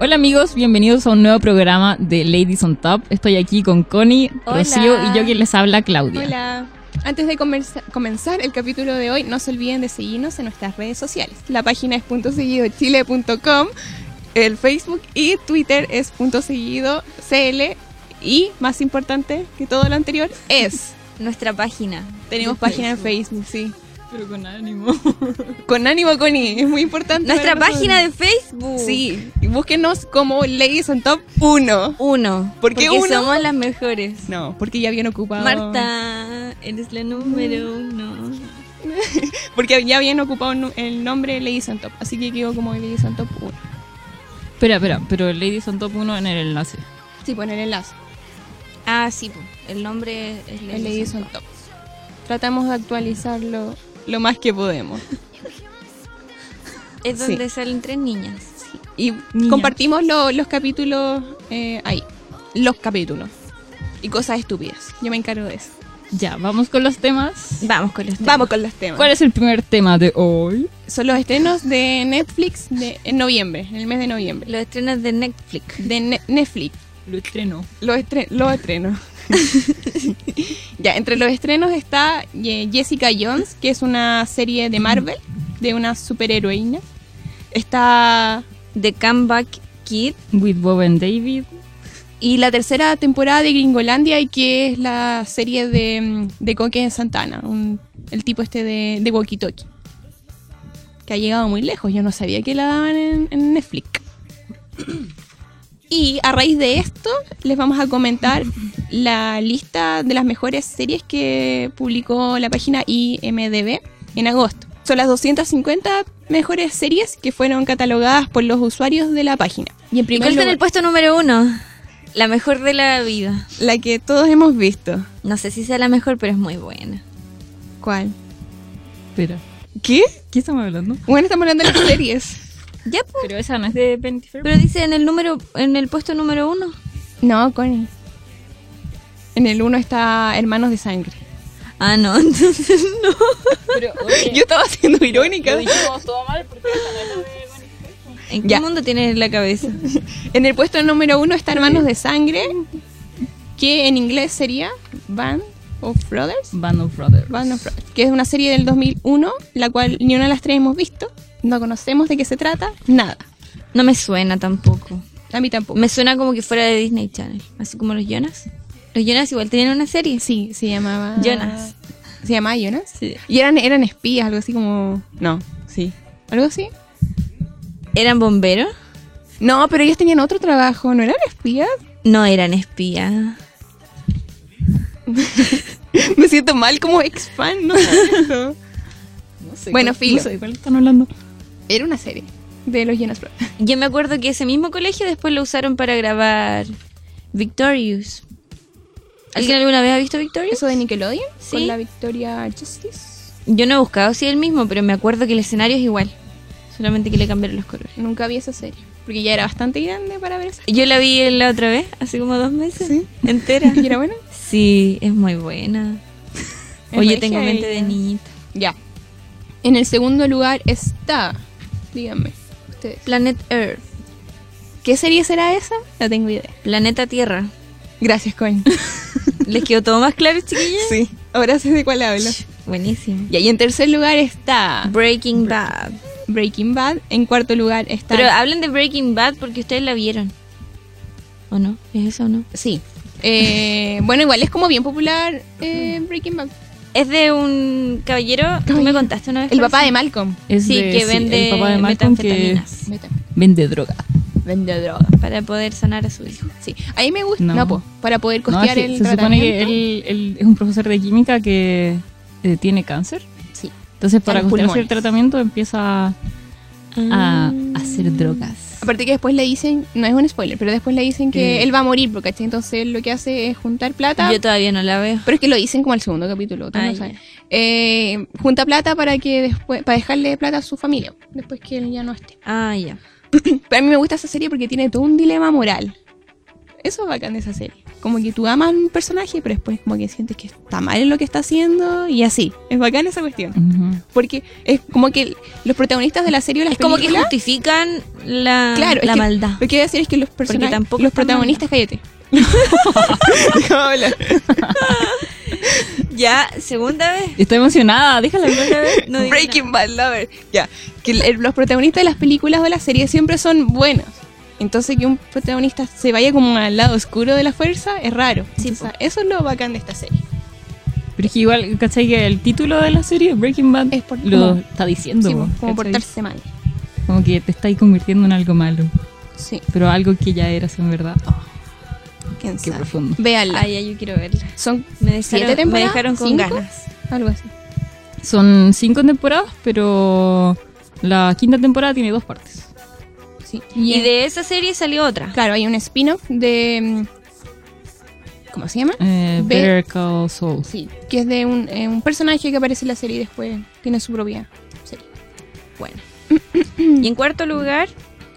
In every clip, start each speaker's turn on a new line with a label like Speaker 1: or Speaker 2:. Speaker 1: Hola amigos, bienvenidos a un nuevo programa de Ladies on Top. Estoy aquí con Connie,
Speaker 2: Hola.
Speaker 1: Rocío y yo quien les habla, Claudia.
Speaker 2: Hola. Antes de conversa- comenzar el capítulo de hoy, no se olviden de seguirnos en nuestras redes sociales. La página es punto seguido chile.com, el Facebook y Twitter es punto seguido CL y, más importante que todo lo anterior, es.
Speaker 3: Nuestra página.
Speaker 2: Tenemos página en Facebook, sí.
Speaker 1: Pero con ánimo.
Speaker 2: Con ánimo, Connie, es muy importante.
Speaker 3: Nuestra
Speaker 2: para nosotros.
Speaker 3: página de Facebook.
Speaker 2: Sí, y búsquenos como Ladies on Top 1.
Speaker 3: Uno.
Speaker 2: ¿Por qué
Speaker 3: porque
Speaker 2: uno?
Speaker 3: somos las mejores.
Speaker 2: No, porque ya habían ocupado.
Speaker 3: Marta, eres la número uno.
Speaker 2: Porque ya habían ocupado nu- el nombre Ladies on Top. Así que quedó como Ladies on Top 1.
Speaker 1: Espera, espera, pero Ladies on Top 1 en el enlace.
Speaker 2: Sí, pon el enlace.
Speaker 3: Ah, sí, po. el nombre es
Speaker 2: El Ladies on Top. Tratamos de actualizarlo lo más que podemos.
Speaker 3: Es
Speaker 2: Sí.
Speaker 3: donde salen tres niñas.
Speaker 2: Y compartimos lo- los capítulos eh, ahí. Los capítulos. Y cosas estúpidas. Yo me encargo de eso.
Speaker 1: Ya, vamos con los temas.
Speaker 3: Vamos con los temas.
Speaker 2: Vamos con los temas.
Speaker 1: ¿Cuál es el primer tema de hoy?
Speaker 2: Son los estrenos de Netflix de, en noviembre, en el mes de noviembre.
Speaker 3: Los estrenos de Netflix.
Speaker 2: De Ne- Netflix.
Speaker 1: Lo estreno.
Speaker 2: Los, estre- los estrenos. ya, entre los estrenos está Ye- Jessica Jones, que es una serie de Marvel, de una superheroína. Está
Speaker 3: The Comeback Kid.
Speaker 1: With Bob and David.
Speaker 2: Y la tercera temporada de Gringolandia, y que es la serie de, mm, de Coque en Santana, un- el tipo este de, de Walkie Talkie. Que ha llegado muy lejos, yo no sabía que la daban en, en Netflix. Y a raíz de esto, les vamos a comentar la lista de las mejores series que publicó la página IMDB en agosto. Son las 250 mejores series que fueron catalogadas por los usuarios de la página. Y en
Speaker 3: ¿Y
Speaker 2: primer
Speaker 3: cuál está en
Speaker 2: lugar-
Speaker 3: el puesto número uno? La mejor de la vida.
Speaker 2: la que todos hemos visto.
Speaker 3: No sé si sea la mejor, pero es muy buena.
Speaker 2: ¿Cuál?
Speaker 1: Espera,
Speaker 2: ¿Qué?
Speaker 1: ¿qué estamos hablando?
Speaker 2: Bueno, estamos hablando de las series.
Speaker 3: Ya, po.
Speaker 1: Pero esa no es de 24.
Speaker 3: Pero dice en el número, en el puesto número uno.
Speaker 2: No, Connie. En el 1 está Hermanos de Sangre.
Speaker 3: Ah, no, entonces no.
Speaker 1: Pero,
Speaker 2: Yo estaba siendo irónica.
Speaker 1: dijimos todo mal porque
Speaker 3: ¿En qué
Speaker 2: Ya.
Speaker 3: mundo tienes la cabeza?
Speaker 2: En el puesto número 1 está Hermanos de Sangre, que en inglés sería Band of Brothers.
Speaker 1: Band of Brothers.
Speaker 2: Band of Brothers, que es una serie del 2001, la cual ni una de las tres hemos visto. No conocemos de qué se trata, nada.
Speaker 3: No me suena tampoco.
Speaker 2: A mí tampoco.
Speaker 3: Me suena como que fuera de Disney Channel, así como los Jonas. Los Jonas igual tenían una serie.
Speaker 2: Sí, se llamaba.
Speaker 3: Jonas.
Speaker 2: ¿Se llamaba Jonas?
Speaker 3: Sí.
Speaker 2: Y eran, eran espías, algo así como. No, sí. ¿Algo así?
Speaker 3: ¿Eran bomberos?
Speaker 2: No, pero ellos tenían otro trabajo, ¿no eran espías?
Speaker 3: No eran espías.
Speaker 2: Me siento mal como ex fan, no sabiendo.
Speaker 1: No sé
Speaker 2: Bueno,
Speaker 1: cuál-
Speaker 2: filo.
Speaker 1: No sé de cuál están hablando.
Speaker 2: Era una serie de los Jonas Brothers.
Speaker 3: Yo me acuerdo que ese mismo colegio después lo usaron para grabar Victorious. ¿Alguien alguna vez ha visto Victorious?
Speaker 2: Eso de Nickelodeon
Speaker 3: Sí.
Speaker 2: con la Victoria Justice.
Speaker 3: Yo no he buscado si es el mismo, pero me acuerdo que el escenario es igual. Solamente que le cambiaron los colores.
Speaker 2: Nunca vi esa serie, porque ya era bastante grande para ver esa.
Speaker 3: Yo la vi la otra vez, hace como dos meses.
Speaker 2: Sí.
Speaker 3: Entera.
Speaker 2: ¿Y era buena?
Speaker 3: Sí, es muy buena.
Speaker 2: Es
Speaker 3: Oye,
Speaker 2: regia
Speaker 3: tengo mente
Speaker 2: ella.
Speaker 3: de niñita.
Speaker 2: Ya. En el segundo lugar está, díganme, ustedes.
Speaker 3: Planet Earth,
Speaker 2: ¿Qué serie será esa? No tengo idea.
Speaker 3: planeta Tierra.
Speaker 2: Gracias, Coin.
Speaker 3: ¿Les quedó todo más claro, chiquillas?
Speaker 2: sí. Ahora sé de cuál hablo.
Speaker 3: Buenísimo.
Speaker 2: Ya, y en tercer lugar está
Speaker 3: Breaking Bad.
Speaker 2: Breaking Bad. En cuarto lugar está.
Speaker 3: Pero hablen de Breaking Bad porque ustedes la vieron. ¿O no? ¿Es eso o no?
Speaker 2: Sí. Eh, bueno, igual es como bien popular eh, Breaking Bad.
Speaker 3: Es de un caballero, tú me contaste una vez.
Speaker 2: El
Speaker 3: parece?
Speaker 2: papá de Malcolm.
Speaker 1: Es
Speaker 3: Sí,
Speaker 1: de-
Speaker 3: que vende
Speaker 1: el papá de Malcolm que
Speaker 3: metanfetaminas
Speaker 1: vende droga.
Speaker 2: Vende droga.
Speaker 3: para poder sanar a su hijo.
Speaker 2: Sí. A mí me gusta.
Speaker 1: No.
Speaker 2: No, po, para poder
Speaker 1: No,
Speaker 2: costear
Speaker 1: es que
Speaker 2: el
Speaker 1: se supone que
Speaker 2: tratamiento.
Speaker 1: él, él es un profesor de química que eh, tiene cáncer.
Speaker 2: Sí.
Speaker 1: Entonces, para
Speaker 2: los
Speaker 1: costearse el
Speaker 2: pulmones. Mm.
Speaker 1: tratamiento, empieza a, a
Speaker 3: Ah.
Speaker 1: hacer drogas.
Speaker 2: Aparte que después le dicen, no es un spoiler, pero después le dicen que
Speaker 1: Eh.
Speaker 2: él va a morir, porque entonces él lo que hace es juntar plata.
Speaker 3: Ah. Yo todavía no la veo.
Speaker 2: Pero es que lo dicen como el segundo capítulo, tú
Speaker 3: Ah,
Speaker 2: no
Speaker 3: ya.
Speaker 2: sabes. Eh, junta plata para que después, para dejarle plata a su familia, después que él ya no esté.
Speaker 3: Ah, ya.
Speaker 2: Pero a mí me gusta esa serie porque tiene todo un dilema moral. Eso es bacán de esa serie. como que tú amas un personaje, pero después como que sientes que está mal en lo que está haciendo y así. Es bacán esa cuestión.
Speaker 1: Ujú.
Speaker 2: Porque es como que los protagonistas de la serie o las
Speaker 3: Es como que
Speaker 2: películas-
Speaker 3: justifican la,
Speaker 2: Claro, es
Speaker 3: la
Speaker 2: que
Speaker 3: maldad.
Speaker 2: Lo que quiero decir es que los personajes,
Speaker 3: tampoco
Speaker 2: los
Speaker 3: está mal.
Speaker 2: protagonistas, cállate. Déjame hablar.
Speaker 3: Ya, segunda vez.
Speaker 1: Estoy emocionada, déjala.
Speaker 3: Segunda vez, no digo
Speaker 2: Breaking Bad Lover. Ya. Que el- los protagonistas de las películas o de las series siempre son buenos. Entonces que un protagonista se vaya como al lado oscuro de la fuerza es raro.
Speaker 3: Sí,
Speaker 2: Entonces, eso es lo bacán de esta serie.
Speaker 1: Pero es que igual, ¿cachai? Que el título de la serie, Breaking Bad,
Speaker 2: Es por-
Speaker 1: lo
Speaker 2: como-
Speaker 1: está diciendo.
Speaker 2: Sí,
Speaker 1: po,
Speaker 2: como
Speaker 1: ¿cachai?
Speaker 2: portarse mal.
Speaker 1: Como que te estáis convirtiendo en algo malo.
Speaker 2: Sí,
Speaker 1: Pero algo que ya eras en verdad. Oh,
Speaker 2: quién
Speaker 1: qué
Speaker 2: sabe.
Speaker 1: profundo.
Speaker 3: nada.
Speaker 2: Véanla.
Speaker 3: Ay, Ah, ya, yo quiero verla.
Speaker 2: Son
Speaker 3: Me
Speaker 2: ¿Siete
Speaker 3: dejaron, me
Speaker 2: temporadas?
Speaker 3: dejaron con
Speaker 2: ¿Cinco?
Speaker 3: ganas.
Speaker 2: algo así.
Speaker 1: Son cinco temporadas, pero la quinta temporada tiene dos partes.
Speaker 2: Sí.
Speaker 3: Y de esa serie salió otra.
Speaker 2: Claro, hay un spin-off de... mm, ¿Cómo se llama?
Speaker 1: Eh,
Speaker 2: Ve-
Speaker 1: Better Call Saul.
Speaker 2: Sí, que es de un, eh, un personaje que aparece en la serie y después tiene su propia serie.
Speaker 3: Bueno. y en cuarto lugar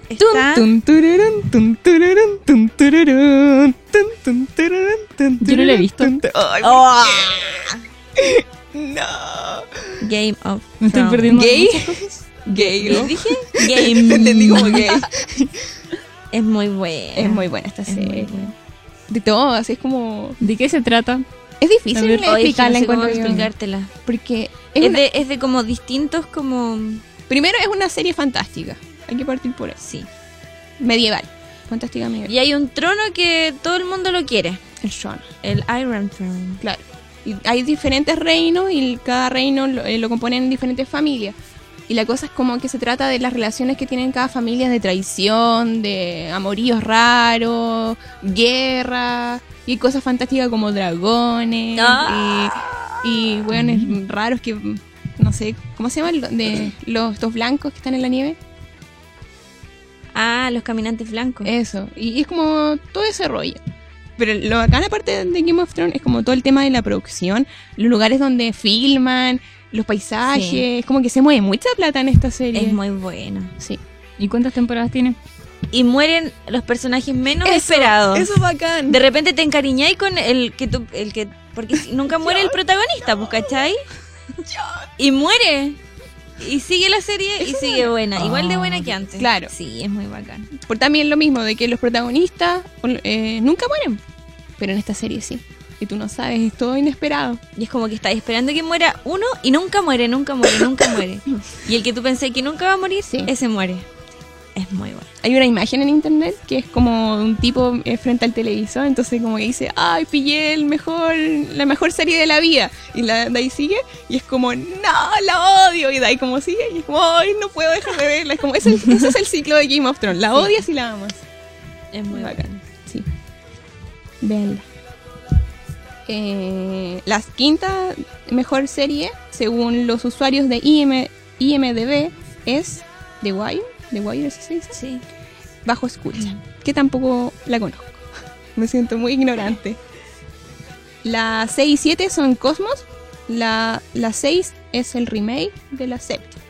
Speaker 3: está
Speaker 2: Tun, tururún, tun, tururún, tun, tururún, tun, tun, tururún, tun,
Speaker 1: Yo no la he
Speaker 2: tururún,
Speaker 1: visto.
Speaker 2: tun, tu- Ay,
Speaker 3: Oh.
Speaker 2: no.
Speaker 3: Game of
Speaker 1: Me estoy
Speaker 3: Thrones.
Speaker 1: perdiendo.
Speaker 2: ¿Gay?
Speaker 3: ¿Qué
Speaker 2: Gay. ¿no?
Speaker 3: dije?
Speaker 2: Te entendí
Speaker 3: Game.
Speaker 2: como gay.
Speaker 3: es muy buena.
Speaker 2: Es muy buena esta
Speaker 3: Es muy
Speaker 2: serie.
Speaker 3: buena.
Speaker 2: De todo, así es como...
Speaker 1: ¿De qué se trata?
Speaker 2: Es difícil
Speaker 1: A ver.
Speaker 2: explicarla
Speaker 3: Oye, es que no sé
Speaker 2: en
Speaker 3: cómo
Speaker 2: cuanto yo.
Speaker 3: explicártela.
Speaker 2: Porque es
Speaker 3: Es,
Speaker 2: una-
Speaker 3: de, es de como distintos como...
Speaker 2: primero es una serie fantástica. Hay que partir por eso.
Speaker 3: Sí.
Speaker 2: Medieval. Fantástica medieval.
Speaker 3: Y hay un trono que todo el mundo lo quiere.
Speaker 2: El Sean.
Speaker 3: El Iron Throne.
Speaker 2: Claro. Y hay diferentes reinos y cada reino lo, eh, lo componen diferentes familias. Y la cosa es como que se trata de las relaciones que tienen cada familia de traición, de amoríos raros, guerra y cosas fantásticas como dragones
Speaker 3: Ah.
Speaker 2: y, y hueones raros que no sé, ¿cómo se llaman? Lo- De los dos blancos que están en la nieve.
Speaker 3: Ah, los caminantes blancos.
Speaker 2: Eso, y y es como todo ese rollo. Pero lo bacán aparte de Game of Thrones es como todo el tema de la producción, los lugares donde filman, los paisajes,
Speaker 3: Sí.
Speaker 2: es como que se mueve mucha plata en esta serie.
Speaker 3: es muy bueno.
Speaker 2: sí.
Speaker 1: ¿Y cuántas temporadas tiene?
Speaker 3: Y mueren los personajes menos
Speaker 2: Eso,
Speaker 3: esperados.
Speaker 2: Eso es bacán.
Speaker 3: De repente te encariñáis con el que tú, el que, porque si- nunca muere el protagonista, pues, ¿cachai? Y muere. Y sigue la serie y sigue buena. Igual de buena que antes.
Speaker 2: Ah, Claro.
Speaker 3: Sí, es muy bacán.
Speaker 2: Por también lo mismo, de que los protagonistas eh, nunca mueren, pero en esta serie sí. Y tú no sabes, es todo inesperado.
Speaker 3: Y es como que estás esperando que muera uno y nunca muere, nunca muere, nunca muere. Y el que tú pensé que nunca va a morir,
Speaker 2: Sí.
Speaker 3: ese muere. Es muy bueno.
Speaker 2: Hay una imagen en internet que es como un tipo eh, frente al televisor, entonces como que dice, ay, pillé el mejor, la mejor serie de la vida. Y la, de ahí sigue, y es como, no, la odio. Y de ahí como sigue, y es como, ay, no puedo dejar de verla. Es como, ese, ese es el ciclo de Game of Thrones, la odias y la amas.
Speaker 3: Es muy
Speaker 2: Bacán.
Speaker 3: bacán.
Speaker 2: Sí. Veanla. Eh, la quinta mejor serie, según los usuarios de IM, IMDB, es The Wire. The Wire, ¿sí se dice?
Speaker 3: Sí.
Speaker 2: bajo escucha, que tampoco la conozco. Me siento muy ignorante. La 6 y 7 son Cosmos. La, la 6 es el remake de la séptima,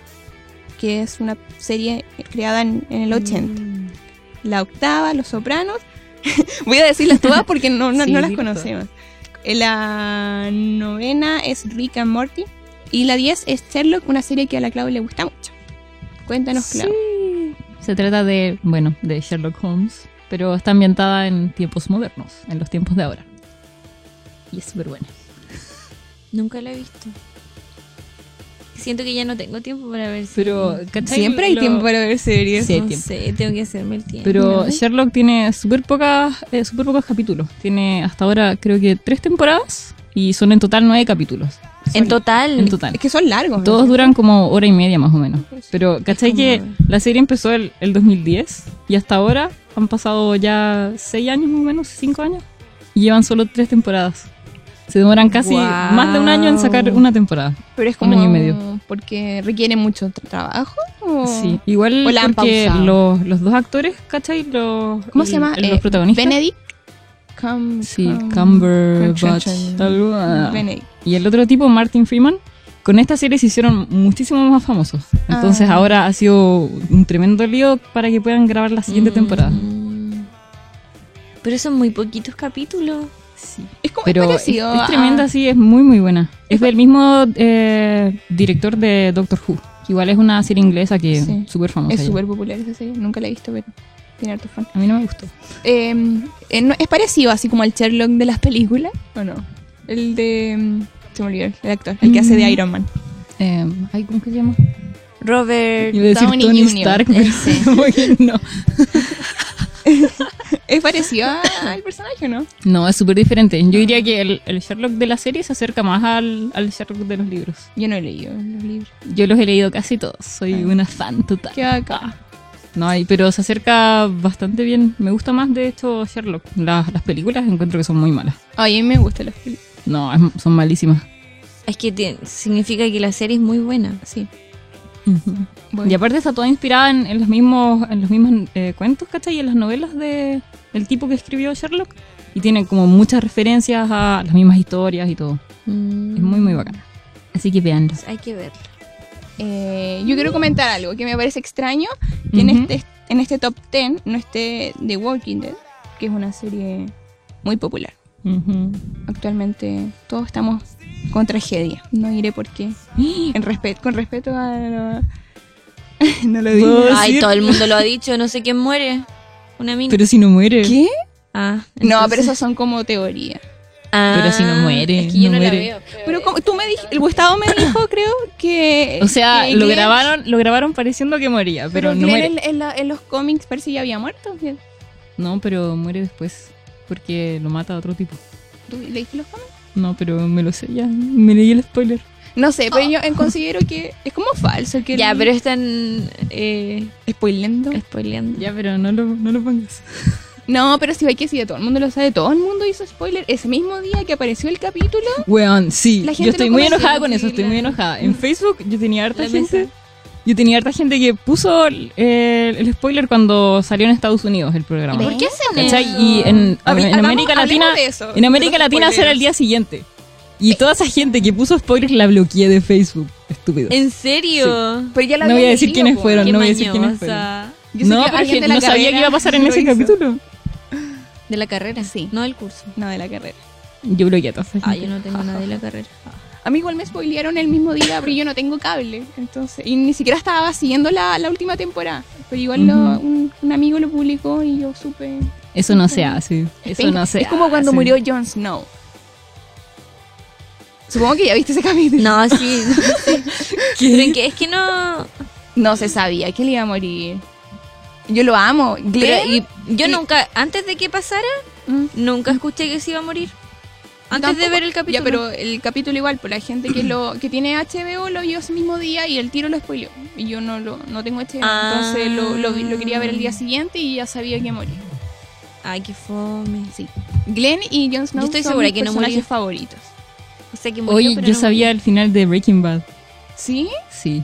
Speaker 2: que es una serie creada en, en el 80.
Speaker 3: Mm.
Speaker 2: La octava, Los Sopranos. Voy a decirlas todas porque no, no,
Speaker 1: Sí,
Speaker 2: no las
Speaker 1: dilo todas.
Speaker 2: conocemos. Eh, La novena es Rick and Morty. Y la 10 es Sherlock, una serie que a la Clau le gusta mucho. Cuéntanos, Clau.
Speaker 1: Sí. Se trata de, bueno, de Sherlock Holmes, pero está ambientada en tiempos modernos, en los tiempos de ahora. Y es súper buena.
Speaker 3: Nunca la he visto. Siento que ya no tengo tiempo para ver si-
Speaker 1: Pero, ¿cachai?
Speaker 2: Siempre hay
Speaker 1: Lo-
Speaker 2: tiempo para ver series.
Speaker 1: Sí, hay
Speaker 3: no
Speaker 1: tiempo.
Speaker 3: sé, tengo que hacerme el tiempo.
Speaker 1: Pero
Speaker 2: Ya.
Speaker 1: Sherlock tiene súper pocas, eh, súper pocos capítulos. Tiene hasta ahora creo que tres temporadas y son en total nueve capítulos.
Speaker 3: en total.
Speaker 1: En total.
Speaker 2: Es que son largos.
Speaker 1: Todos duran como hora y media más o menos. Pero, ¿cachai
Speaker 3: como-
Speaker 1: que la serie empezó el, el 2010 y hasta ahora han pasado ya seis años más o menos, cinco años? Y llevan solo tres temporadas. Se demoran casi
Speaker 3: Guau.
Speaker 1: más de un año en sacar una temporada.
Speaker 2: Pero es
Speaker 1: Un
Speaker 2: como
Speaker 1: año y medio.
Speaker 2: Porque requiere mucho tra- trabajo. ¿o?
Speaker 1: Sí, igual
Speaker 2: o la han
Speaker 1: porque
Speaker 2: pausado.
Speaker 1: los, los dos actores, ¿cachai? Los,
Speaker 2: ¿Cómo se llama?
Speaker 1: Los
Speaker 2: Eh,
Speaker 1: protagonistas.
Speaker 2: Benedict. Cam-
Speaker 1: Sí,
Speaker 2: Cam-
Speaker 1: Cumberbatch.
Speaker 2: Cumberbatch.
Speaker 1: algo, ah.
Speaker 2: Benedict.
Speaker 1: Y el otro tipo, Martin Freeman, con esta serie se hicieron muchísimo más famosos. Entonces
Speaker 2: Ah.
Speaker 1: ahora ha Mm, sido un tremendo lío para que puedan grabar la siguiente temporada.
Speaker 3: Mm. Pero son muy poquitos capítulos.
Speaker 1: Sí.
Speaker 2: Es como es
Speaker 1: Pero es,
Speaker 2: parecido
Speaker 1: es
Speaker 2: a-
Speaker 1: tremenda, sí, es muy, muy buena. Es del mismo eh, director de Doctor Who, que igual es una serie inglesa que es
Speaker 2: Sí.
Speaker 1: súper famosa.
Speaker 2: Es
Speaker 1: ya.
Speaker 2: súper popular esa serie, nunca la he visto, pero tiene harto fan.
Speaker 1: A mí no me gustó.
Speaker 2: Eh, eh, no- es parecido así como al Sherlock de las películas, ¿o no? El de... mm, Se me olvidó el actor, el que hace de
Speaker 1: Mm.
Speaker 2: Iron Man.
Speaker 1: Eh, ay, ¿Cómo que se llama?
Speaker 3: Robert.
Speaker 1: Iba a decir
Speaker 2: Downey
Speaker 1: Tony
Speaker 2: Jr.,
Speaker 1: Stark, pero
Speaker 2: ese.
Speaker 1: como que no.
Speaker 2: Es parecido a- al personaje, ¿o ¿no?
Speaker 1: No, es súper diferente. Yo diría que el, el Sherlock de la serie se acerca más al, al Sherlock de los libros.
Speaker 2: Yo no he leído los libros.
Speaker 1: Yo los he leído casi todos, soy una fan total.
Speaker 2: Qué acá.
Speaker 1: No, hay- pero se acerca bastante bien. Me gusta más, de hecho, Sherlock. Las, las películas encuentro que son muy malas.
Speaker 2: Ay, a mí me gustan los películas.
Speaker 1: No, es- son malísimas.
Speaker 3: Es que tiene- significa que la serie es muy buena.
Speaker 2: Sí. Bueno.
Speaker 1: Y aparte está toda inspirada en, en los mismos, en los mismos eh, cuentos, ¿cachai? Y en las novelas de el tipo que escribió Sherlock. Y tiene como muchas referencias a las mismas historias y todo. Es muy, muy bacana. Así que veanlo.
Speaker 3: Mm. Hay que verla.
Speaker 2: Eh, yo quiero comentar algo que me parece extraño, que en,
Speaker 1: Ujú.
Speaker 2: este, en este top 10 no esté The Walking Dead, que es una serie muy popular. Actualmente todos estamos con tragedia. No diré por qué. En respeto, con respeto a... lo- no lo digo.
Speaker 1: Puedo
Speaker 3: Ay,
Speaker 1: decir.
Speaker 3: todo el mundo lo ha dicho. No sé quién muere. Una mina.
Speaker 1: Pero si no muere.
Speaker 2: ¿Qué?
Speaker 3: Ah,
Speaker 2: No,
Speaker 3: entonces-
Speaker 2: pero esas son como teorías.
Speaker 3: Ah,
Speaker 1: Pero si no muere,
Speaker 3: Es que yo
Speaker 1: no
Speaker 3: no,
Speaker 1: muere.
Speaker 3: la veo.
Speaker 2: Pero como tú me dijiste, el Gustavo me dijo, creo, que...
Speaker 1: O sea,
Speaker 2: que
Speaker 1: lo
Speaker 2: Glenn-
Speaker 1: grabaron, lo grabaron pareciendo que moría, pero,
Speaker 2: Pero
Speaker 1: no
Speaker 2: Glenn
Speaker 1: muere.
Speaker 2: en, en la- en los cómics parece que ya había muerto.
Speaker 1: No, pero muere después. Porque lo mata a otro tipo.
Speaker 2: ¿Tú leíste los cómics?
Speaker 1: No, pero me lo sé ya. Me leí el spoiler.
Speaker 2: No sé,
Speaker 1: Ah.
Speaker 2: pero yo eh, considero que es como falso. Que
Speaker 3: Ya,
Speaker 2: el-
Speaker 3: pero están eh,
Speaker 2: Spoilando.
Speaker 3: spoileando.
Speaker 1: Ya, pero no lo, no lo pongas.
Speaker 2: No, pero si hay que decir, todo el mundo lo sabe, todo el mundo hizo spoiler. Ese mismo día que apareció el capítulo,
Speaker 1: Weón, sí.
Speaker 2: La
Speaker 1: Yo
Speaker 2: gente
Speaker 1: estoy
Speaker 2: no
Speaker 1: muy
Speaker 2: conoció,
Speaker 1: enojada con eso,
Speaker 2: sí,
Speaker 1: estoy
Speaker 2: la-
Speaker 1: muy enojada. En Facebook yo tenía harta
Speaker 3: La
Speaker 1: gente.
Speaker 3: mesa.
Speaker 1: Yo tenía harta gente que puso eh, el spoiler cuando salió en Estados Unidos el programa.
Speaker 2: ¿Y por qué
Speaker 3: hacen
Speaker 1: ¿Cachai? Y en, en
Speaker 2: Habl- hablamos-
Speaker 1: América
Speaker 2: hablemos
Speaker 1: Latina.
Speaker 2: de eso,
Speaker 1: en
Speaker 2: de
Speaker 1: América
Speaker 2: los
Speaker 1: Latina será el
Speaker 2: spoilers.
Speaker 1: día siguiente. Y toda esa gente que puso spoilers la bloqueé de Facebook. Estúpido.
Speaker 3: ¿En serio?
Speaker 2: pero ya lo
Speaker 1: No voy a
Speaker 2: habían
Speaker 1: decir
Speaker 2: leído,
Speaker 1: quiénes
Speaker 2: po.
Speaker 1: fueron.
Speaker 3: Qué
Speaker 1: no voy a decir quiénes
Speaker 3: mañosa.
Speaker 2: Yo sé
Speaker 1: no,
Speaker 2: que
Speaker 1: pero es
Speaker 2: alguien
Speaker 1: que
Speaker 2: de la
Speaker 1: no sabía
Speaker 2: carrera
Speaker 1: que iba a pasar en
Speaker 2: lo
Speaker 1: ese
Speaker 2: hizo.
Speaker 1: capítulo.
Speaker 3: ¿De la carrera?
Speaker 2: Sí.
Speaker 3: No del curso.
Speaker 2: No, de la carrera.
Speaker 1: Yo bloqueé a toda esa
Speaker 3: Ah,
Speaker 1: gente.
Speaker 3: yo no tengo nada de la carrera.
Speaker 2: A mí igual me spoilearon el mismo día, pero yo no tengo cable. Entonces, y ni siquiera estaba siguiendo la, la última temporada. Pero igual lo-
Speaker 1: Ujú.
Speaker 2: un, un amigo lo publicó y yo supe.
Speaker 1: Eso no se hace. Eso
Speaker 2: Es-
Speaker 1: no se
Speaker 2: Es como cuando
Speaker 1: hace.
Speaker 2: murió Jon Snow. Supongo que ya viste ese capítulo.
Speaker 3: No, sí. Pero en que- es que no.
Speaker 2: No se sabía que él iba a morir. Yo lo amo.
Speaker 3: Pero,
Speaker 2: Glenn,
Speaker 3: y- yo
Speaker 2: y-
Speaker 3: nunca, antes de que pasara,
Speaker 2: Mm.
Speaker 3: nunca escuché que se iba a morir. Antes de
Speaker 2: Tampoco-
Speaker 3: ver el capítulo.
Speaker 2: Ya, pero el capítulo igual, por la gente que lo que tiene HBO lo vio ese mismo día y el tiro lo spoileó. Y yo no lo no tengo HBO,
Speaker 3: Ah.
Speaker 2: entonces lo, lo vi- lo quería ver el día siguiente y ya sabía que moría.
Speaker 3: Ay, qué fome.
Speaker 2: Sí. Glenn y Jon Snow
Speaker 3: Yo estoy
Speaker 2: son
Speaker 3: segura
Speaker 2: mis
Speaker 3: que no
Speaker 2: personajes
Speaker 3: murió.
Speaker 2: favoritos.
Speaker 3: O sea, que murió,
Speaker 1: Oye,
Speaker 3: pero
Speaker 1: yo
Speaker 3: no
Speaker 1: sabía el final de Breaking Bad.
Speaker 2: ¿Sí?
Speaker 1: Sí.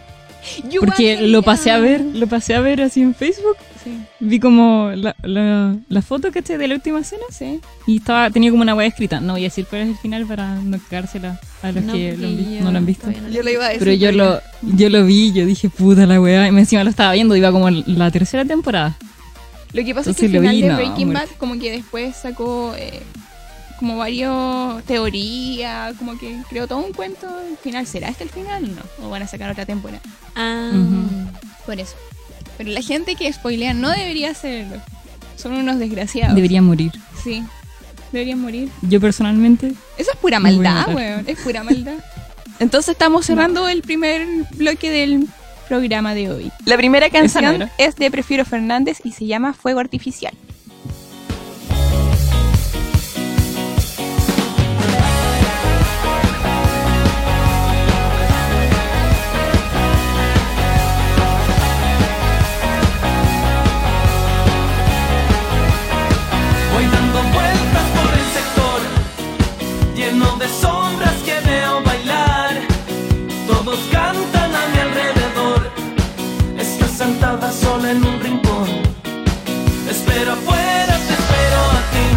Speaker 2: Yo
Speaker 1: Porque
Speaker 2: igual
Speaker 1: lo
Speaker 2: sabía.
Speaker 1: pasé a ver, lo pasé a ver así en Facebook.
Speaker 2: Sí.
Speaker 1: Vi como la, la, la foto, ¿cachai? De la última cena.
Speaker 2: Sí.
Speaker 1: Y estaba, tenía como una wea escrita. No voy a decir cuál es el final para no cagársela a los
Speaker 3: No,
Speaker 1: que
Speaker 3: porque
Speaker 1: lo han vi-
Speaker 3: yo
Speaker 1: no lo han visto.
Speaker 3: todavía no
Speaker 2: Yo lo iba a decir.
Speaker 1: Pero yo lo, yo lo vi, yo dije, puta la wea. Y encima lo estaba viendo, iba como en la tercera temporada.
Speaker 2: Lo que pasa es que
Speaker 1: Entonces
Speaker 2: el
Speaker 1: lo
Speaker 2: final
Speaker 1: vi,
Speaker 2: de
Speaker 1: no,
Speaker 2: Breaking Bad
Speaker 1: muerte.
Speaker 2: como que después sacó eh, como varios teorías, como que creó todo un cuento. El final será este el final, no? O van a sacar otra temporada.
Speaker 3: Ah.
Speaker 1: Ujú.
Speaker 2: Por eso. Pero la gente que spoilea no debería hacerlo. Son unos desgraciados.
Speaker 1: Debería morir.
Speaker 2: Sí. Deberían morir.
Speaker 1: Yo personalmente,
Speaker 2: Eso es pura
Speaker 1: Me voy a
Speaker 2: maldad,
Speaker 1: matar.
Speaker 2: weón. Es pura maldad. Entonces estamos cerrando el primer bloque del programa de hoy. La primera
Speaker 1: no
Speaker 2: canción
Speaker 1: era.
Speaker 2: es de Prefiero Fernández y se llama Fuego Artificial.
Speaker 4: Voy dando vueltas por el sector, lleno de sombras que veo bailar. Todos cantan a mi alrededor. Estás sentada sola en un rincón. Espero afuera, te espero a ti.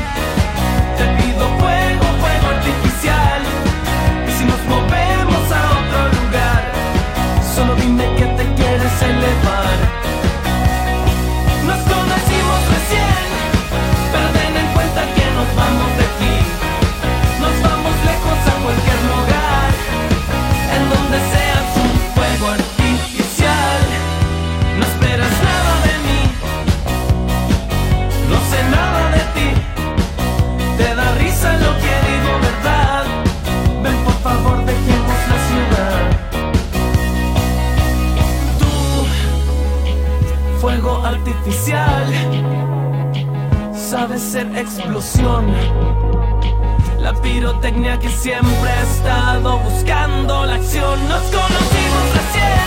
Speaker 4: Te pido fuego, fuego artificial. Y si nos movemos a otro lugar, solo dime que te quieres elevar. Nos conocimos recién. Pero ten en cuenta artificial sabe ser explosión. La pirotecnia que siempre he estado buscando la acción. Nos conocimos recién,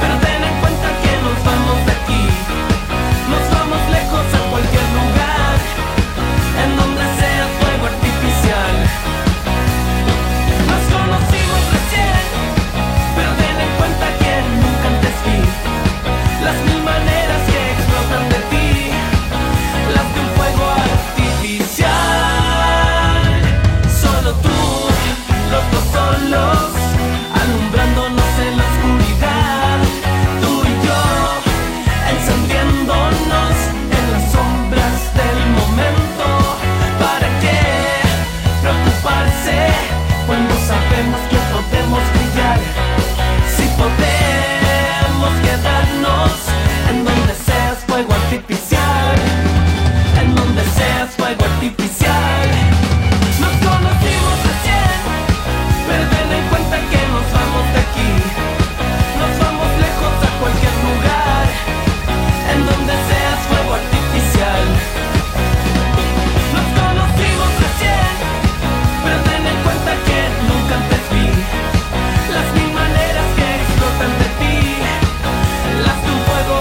Speaker 4: pero ten en cuenta que nos vamos de aquí. Nos vamos lejos a cualquier lugar, en donde sea fuego artificial. Nos conocimos recién, pero ten en cuenta que nunca antes vi las mil maneras que explotan de ti las de un fuego artificial. Solo tú, los dos solos, alumbrándonos en la oscuridad. Tú y yo, encendiéndonos en las sombras del momento. ¿Para qué preocuparse cuando sabemos que podemos brillar? Si podemos quedarnos en donde seas fuego artificial en donde seas fuego artificial. Nos conocimos recién, pero ten en cuenta que nos vamos de aquí. Nos vamos lejos a cualquier lugar, en donde seas fuego artificial. Nos conocimos recién, pero ten en cuenta que nunca antes vi las mil maneras que explotan de ti, las de un fuego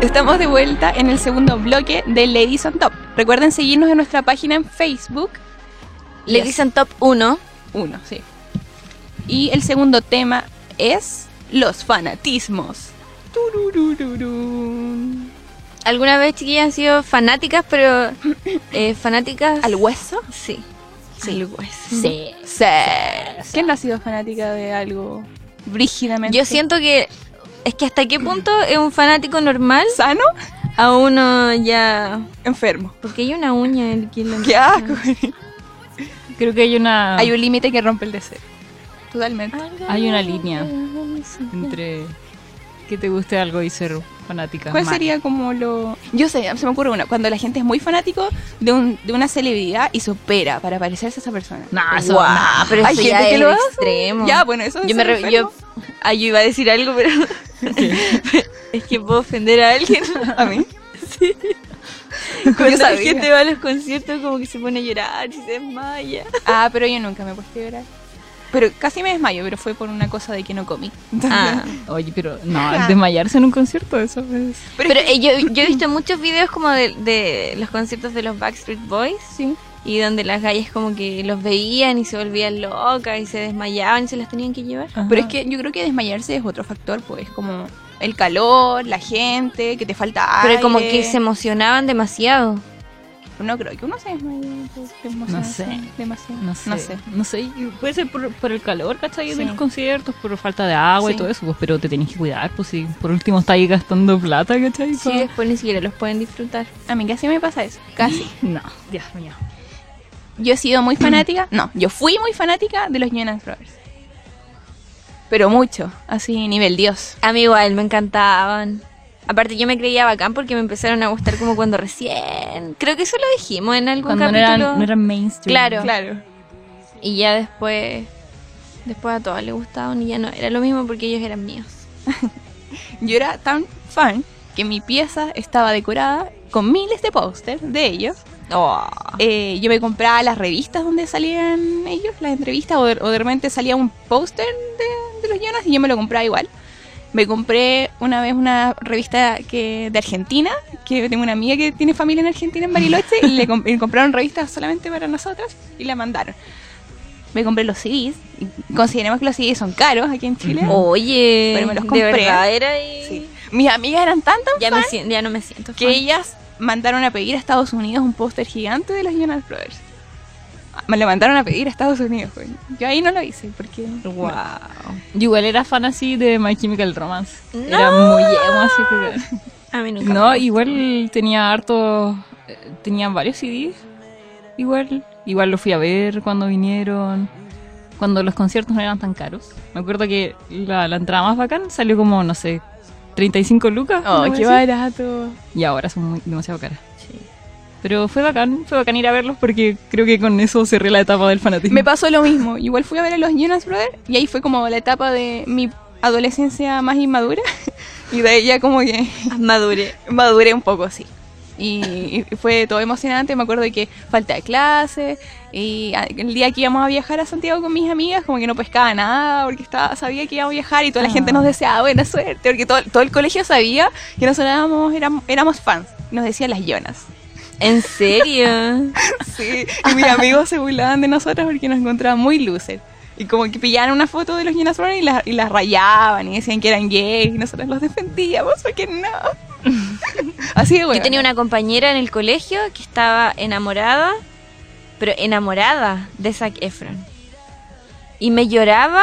Speaker 2: Estamos de vuelta en el segundo bloque de Ladies on Top. Recuerden seguirnos en nuestra página en Facebook
Speaker 3: Le dicen top 1.
Speaker 2: Uno, sí. Y el segundo tema es los fanatismos. Tururururun.
Speaker 3: Alguna vez chiquillas han sido fanáticas, pero eh, fanáticas...
Speaker 2: ¿Al hueso?
Speaker 3: Sí. Sí. Al hueso.
Speaker 2: Sí. ¿Quién no ha sido fanática de algo brígidamente?
Speaker 3: Yo siento que es que hasta qué punto es un fanático normal
Speaker 2: sano,
Speaker 3: a uno ya...
Speaker 2: enfermo.
Speaker 3: Porque hay una uña en el que lo-
Speaker 2: Qué asco.
Speaker 1: Creo que hay una,
Speaker 3: Ah.
Speaker 2: Hay un límite que rompe el deseo. Totalmente.
Speaker 1: hay una línea entre que te guste algo y ser fanática.
Speaker 2: ¿Cuál
Speaker 1: mal.
Speaker 2: sería como lo.? Yo sé, se me ocurre una. Cuando la gente es muy fanático de, un- de una celebridad y supera para parecerse a esa persona.
Speaker 1: Nah, eso-
Speaker 3: Guau,
Speaker 1: nah.
Speaker 3: pero
Speaker 2: Hay
Speaker 3: eso ya
Speaker 2: gente que
Speaker 3: es
Speaker 2: lo hace.
Speaker 3: extremo.
Speaker 2: Ya, bueno, eso es
Speaker 3: yo me
Speaker 2: ser
Speaker 3: re- yo,
Speaker 2: enfermo.
Speaker 3: ah, yo iba a decir algo, pero es que puedo ofender a alguien.
Speaker 2: A mí.
Speaker 3: Cuando la
Speaker 2: sabía.
Speaker 3: gente va a los conciertos como que se pone a llorar y se desmaya.
Speaker 2: Ah, pero yo nunca me he puesto a llorar. Pero casi me desmayo, pero fue por una cosa de que no comí. Entonces-
Speaker 3: Ah.
Speaker 1: Oye, pero no, desmayarse en un concierto, eso es.
Speaker 3: Pero eh, yo, yo he visto muchos videos como de, de los conciertos de los Backstreet Boys
Speaker 2: Sí.
Speaker 3: y donde las gallas como que los veían y se volvían locas y se desmayaban y se las tenían que llevar.
Speaker 2: Pero es que yo creo que desmayarse es otro factor, pues, como el calor, la gente, que te falta aire.
Speaker 3: Pero como que se emocionaban demasiado.
Speaker 2: No creo que uno se desmaye. pues, te emociona
Speaker 1: No sé.
Speaker 2: Demasiado.
Speaker 1: No sé,
Speaker 2: No sé.
Speaker 1: no sé, y puede ser por, por el calor, ¿cachai?
Speaker 2: Sí.
Speaker 1: De los conciertos, por falta de agua
Speaker 2: Sí.
Speaker 1: y todo eso, pues, pero te tenés que cuidar, pues si por último estáis gastando plata, ¿cachai?
Speaker 3: Sí, después ni siquiera los pueden disfrutar.
Speaker 2: A mí casi me pasa eso. Casi.
Speaker 1: Pa- No, Dios mío.
Speaker 2: Yo he sido muy fanática, no, yo fui muy fanática de los Jonas Brothers. Pero mucho, así nivel Dios.
Speaker 3: A mí igual, me encantaban. Aparte yo me creía bacán porque me empezaron a gustar como cuando recién... Creo que eso lo dijimos en algún
Speaker 1: Cuando no
Speaker 3: capítulo.
Speaker 1: eran, no eran mainstream.
Speaker 3: Claro.
Speaker 2: Claro.
Speaker 3: Y ya después... Después a todos les gustaban y ya no era lo mismo porque ellos eran míos.
Speaker 2: Yo era tan fan que mi pieza estaba decorada con miles de pósters de ellos. Eh, yo me compraba las revistas donde salían ellos, las entrevistas, o de, o de repente salía un póster de, de los Jonas y yo me lo compraba igual. Me compré una vez una revista que, de Argentina, que tengo una amiga que tiene familia en Argentina, en Bariloche, y le com- y compraron revistas solamente para nosotras y la mandaron. Me compré los CDs, y consideremos que los CDs son caros aquí en Chile.
Speaker 3: Oh. Oye,
Speaker 2: Pero me los
Speaker 3: de
Speaker 2: compré.
Speaker 3: verdad era y...
Speaker 2: Sí. Mis amigas eran tan tan
Speaker 3: Ya, me
Speaker 2: fan
Speaker 3: sien- ya no me siento
Speaker 2: que
Speaker 3: fan.
Speaker 2: ellas mandaron a pedir a Estados Unidos un póster gigante de los Jonas Brothers. Me lo mandaron a pedir a Estados Unidos. güey. Yo ahí no lo hice porque.
Speaker 3: Wow.
Speaker 1: Yo igual era fan así de My Chemical Romance.
Speaker 3: No.
Speaker 1: Era muy emo así. pero-
Speaker 3: A mí nunca.
Speaker 1: No, igual tenía harto, eh, tenía varios CDs. Igual, igual los fui a ver cuando vinieron. Cuando los conciertos no eran tan caros. Me acuerdo que la, la entrada más bacán salió como, no sé, 35 lucas.
Speaker 2: Oh,
Speaker 1: una
Speaker 2: qué
Speaker 1: wea así.
Speaker 2: barato.
Speaker 1: Y ahora son muy- demasiado caras. Pero fue bacán, fue bacán ir a verlos porque creo que con eso cerré la etapa del fanatismo.
Speaker 2: Me pasó lo mismo. Igual fui a ver a los Jonas Brothers y ahí fue como la etapa de mi adolescencia más inmadura. Y de ella como que
Speaker 3: Madure.
Speaker 2: maduré un poco, sí. Y, y fue todo emocionante. Me acuerdo que falta de clase. Y a- el día que íbamos a viajar a Santiago con mis amigas, como que no pescaba nada, porque estaba, sabía que íbamos a viajar y toda la
Speaker 1: Ah.
Speaker 2: gente nos deseaba buena suerte, porque todo, todo el colegio sabía que nosotros éramos, éramos, éramos fans. Nos decían las Jonas.
Speaker 3: ¿En serio?
Speaker 2: Sí, y mis amigos se burlaban de nosotras porque nos encontraban muy loser. Y como que pillaban una foto de los Jonas Brothers y las, y las rayaban y decían que eran gays y nosotros los defendíamos porque no. Así de bueno.
Speaker 3: Yo tenía una compañera en el colegio que estaba enamorada, pero enamorada de Zac Efron. Y me lloraba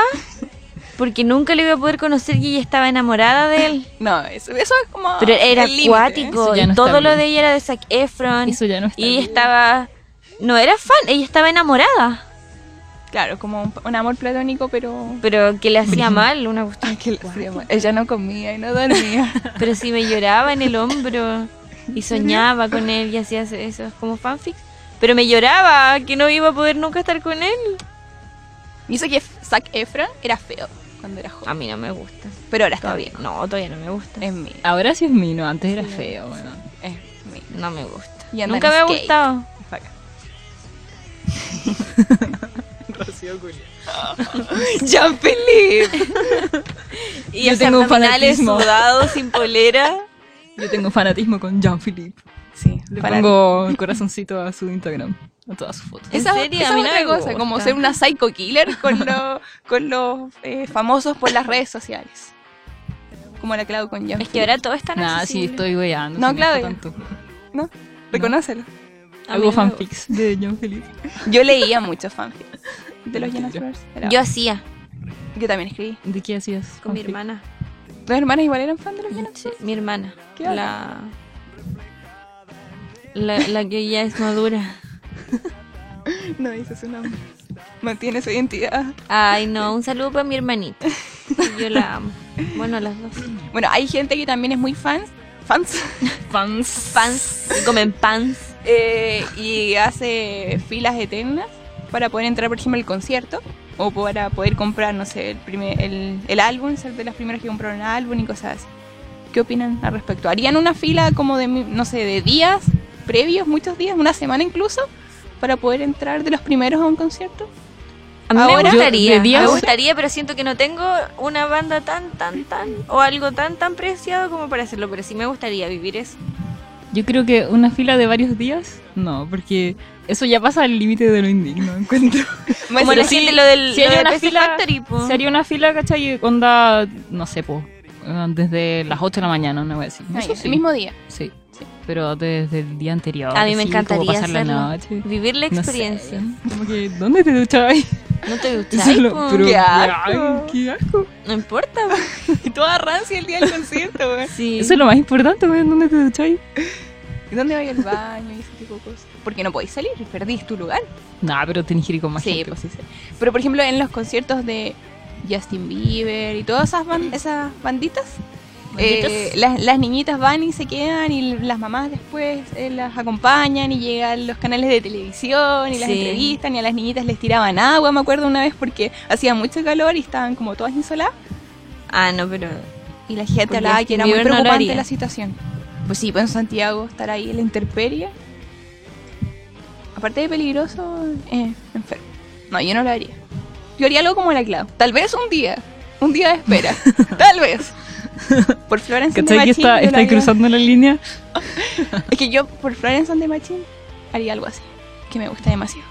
Speaker 3: porque nunca le iba a poder conocer y ella estaba enamorada de él.
Speaker 2: No, eso, eso es como.
Speaker 3: Pero era
Speaker 2: el límite.
Speaker 3: acuático
Speaker 1: Eso ya
Speaker 3: y
Speaker 1: no está
Speaker 3: todo lo
Speaker 1: bien.
Speaker 3: de ella era de Zac Efron.
Speaker 1: Eso ya no está
Speaker 3: y ella
Speaker 1: bien.
Speaker 3: estaba... No era fan, ella estaba enamorada,
Speaker 2: Claro, como un, un amor platónico, pero.
Speaker 3: pero que le hacía mal una cuestión.
Speaker 2: que le hacía mal. Ella no comía y no dormía.
Speaker 3: Pero sí me lloraba en el hombro y soñaba con él y hacía esos como fanfics. Pero me lloraba que no iba a poder nunca estar con él.
Speaker 2: y eso que Zac Efron era feo cuando era
Speaker 3: A
Speaker 2: joven.
Speaker 3: mí no me gusta.
Speaker 2: Pero ahora está
Speaker 3: Todavía
Speaker 2: bien.
Speaker 3: no, todavía no me gusta.
Speaker 2: Es mío.
Speaker 1: Ahora sí es mino, antes era feo. bueno.
Speaker 2: Es mío.
Speaker 3: No me gusta.
Speaker 2: Y anda
Speaker 3: Nunca
Speaker 2: en
Speaker 3: me ha
Speaker 2: skate.
Speaker 3: gustado.
Speaker 2: Es bacán. Jean-Philippe.
Speaker 3: Y
Speaker 1: Yo
Speaker 3: hacer
Speaker 1: tengo un
Speaker 3: abdominales
Speaker 1: fanatismo.
Speaker 3: sudados sin polera.
Speaker 1: Yo tengo fanatismo con Jean-Philippe.
Speaker 2: Sí,
Speaker 1: Le
Speaker 2: para-
Speaker 1: pongo el corazoncito a su Instagram, a todas sus fotos.
Speaker 3: ¿En
Speaker 2: Esa,
Speaker 3: serio?
Speaker 2: esa
Speaker 3: A mí
Speaker 2: es
Speaker 3: no
Speaker 2: otra
Speaker 3: me
Speaker 2: cosa, como
Speaker 3: gusta.
Speaker 2: ser una psycho killer con, lo- con los eh, famosos por las redes sociales. Como la Clau con Jean.
Speaker 3: Es que ahora todo está en
Speaker 1: Nada, sí, estoy weando.
Speaker 2: No,
Speaker 1: sí, gusta
Speaker 2: Claudia.
Speaker 1: tanto.
Speaker 2: ¿No? Reconócelo.
Speaker 1: Hago fanfics de Jean-Philippe.
Speaker 2: Yo leía muchos fanfics de los Jonas
Speaker 1: Yo-
Speaker 2: Brothers. Era-
Speaker 3: Yo hacía
Speaker 2: yo también escribí.
Speaker 1: ¿De qué hacías?
Speaker 3: con mi
Speaker 1: fanfic?
Speaker 3: hermana.
Speaker 2: ¿Tus hermanas igual eran fan de los Jonas?
Speaker 3: Sí, mi hermana.
Speaker 2: ¿Qué
Speaker 3: La,
Speaker 2: habla?
Speaker 3: la. La que ya es madura.
Speaker 2: No dice su nombre. Mantiene su identidad.
Speaker 3: Ay, no, un saludo para mi hermanita. Yo la amo. Bueno, las dos.
Speaker 2: Bueno, hay gente que también es muy fans. Fans.
Speaker 1: Fans.
Speaker 3: Pans. y Comen pans.
Speaker 2: eh, y hace filas eternas para poder entrar, por ejemplo, al concierto o para poder comprar, no sé, el, primer, el, el álbum, ser de las primeras que compraron el álbum y cosas así. ¿Qué opinan al respecto? ¿Harían una fila como de, mi- no sé, de días previos, muchos días, una semana incluso, para poder entrar de los primeros a un concierto?
Speaker 3: A mí
Speaker 2: Ahora,
Speaker 3: me
Speaker 1: yo-
Speaker 3: gustaría,
Speaker 1: de día
Speaker 3: me
Speaker 1: uno-
Speaker 3: gustaría, pero siento que no tengo una banda tan, tan, tan, o algo tan, tan preciado como para hacerlo, pero sí me gustaría vivir eso.
Speaker 1: Yo creo que una fila de varios días, no, porque eso ya pasa al límite de lo indigno, encuentro.
Speaker 3: Como
Speaker 1: pero
Speaker 3: la
Speaker 1: sí,
Speaker 3: gente, lo del,
Speaker 1: sí
Speaker 3: lo
Speaker 1: hay
Speaker 3: del
Speaker 1: una
Speaker 3: Pepsi
Speaker 1: fila-
Speaker 3: Factory, po.
Speaker 1: Se haría una fila, ¿cachai? Onda, no sé, po, eh, desde las 8 de la mañana, no voy a decir. Eso
Speaker 2: el
Speaker 1: sí,
Speaker 2: mismo día.
Speaker 1: sí, pero desde el día anterior.
Speaker 3: A mí me
Speaker 1: así, como
Speaker 3: encantaría
Speaker 1: pasar la
Speaker 3: hacerlo.
Speaker 1: noche.
Speaker 3: Vivir la
Speaker 1: No sé,
Speaker 3: experiencia. No,
Speaker 1: como que, ¿dónde te duchabas?
Speaker 3: te
Speaker 1: Eso
Speaker 3: gustáis,
Speaker 1: es lo-
Speaker 3: po.
Speaker 1: pero-
Speaker 2: qué
Speaker 1: ay,
Speaker 2: asco.
Speaker 1: qué asco.
Speaker 3: No importa. po.
Speaker 2: Y toda rancia Ah, el día del concierto, güey.
Speaker 3: Sí.
Speaker 1: Eso es lo más importante, weón, ¿dónde te ducháis?
Speaker 2: ¿Y dónde vais al baño y ese tipo de cosas? Porque no podéis salir, perdís tu lugar.
Speaker 1: Nah, pero tenés que ir con más
Speaker 2: Sí,
Speaker 1: gente.
Speaker 2: pues sí, sí. Pero por ejemplo, en los conciertos de Justin Bieber y todas esas, ban- esas banditas,
Speaker 3: Banditas.
Speaker 2: eh, las, las niñitas van y se quedan y las mamás después eh, las acompañan y llegan los canales de televisión y las
Speaker 3: Sí.
Speaker 2: entrevistan y a las niñitas les tiraban agua, me acuerdo una vez porque hacía mucho calor y estaban como todas insoladas
Speaker 3: Ah, no, pero...
Speaker 2: y la gente
Speaker 3: Porque
Speaker 2: hablaba que era
Speaker 3: Justin
Speaker 2: muy
Speaker 3: Bieber no lo
Speaker 2: preocupante
Speaker 3: haría.
Speaker 2: la situación. Pues sí, pues en Santiago estar ahí en la intemperie, aparte de peligroso, eh, enfermo. No, yo no lo haría. Yo haría algo como la Clau. Tal vez un día, un día de espera, tal vez. Por Florence and the
Speaker 1: ¿Cachai que
Speaker 2: Machine.
Speaker 1: está,
Speaker 2: yo lo
Speaker 1: está
Speaker 2: haría.
Speaker 1: cruzando la línea?
Speaker 2: Es que yo por Florence and the Machine haría algo así, que me gusta demasiado.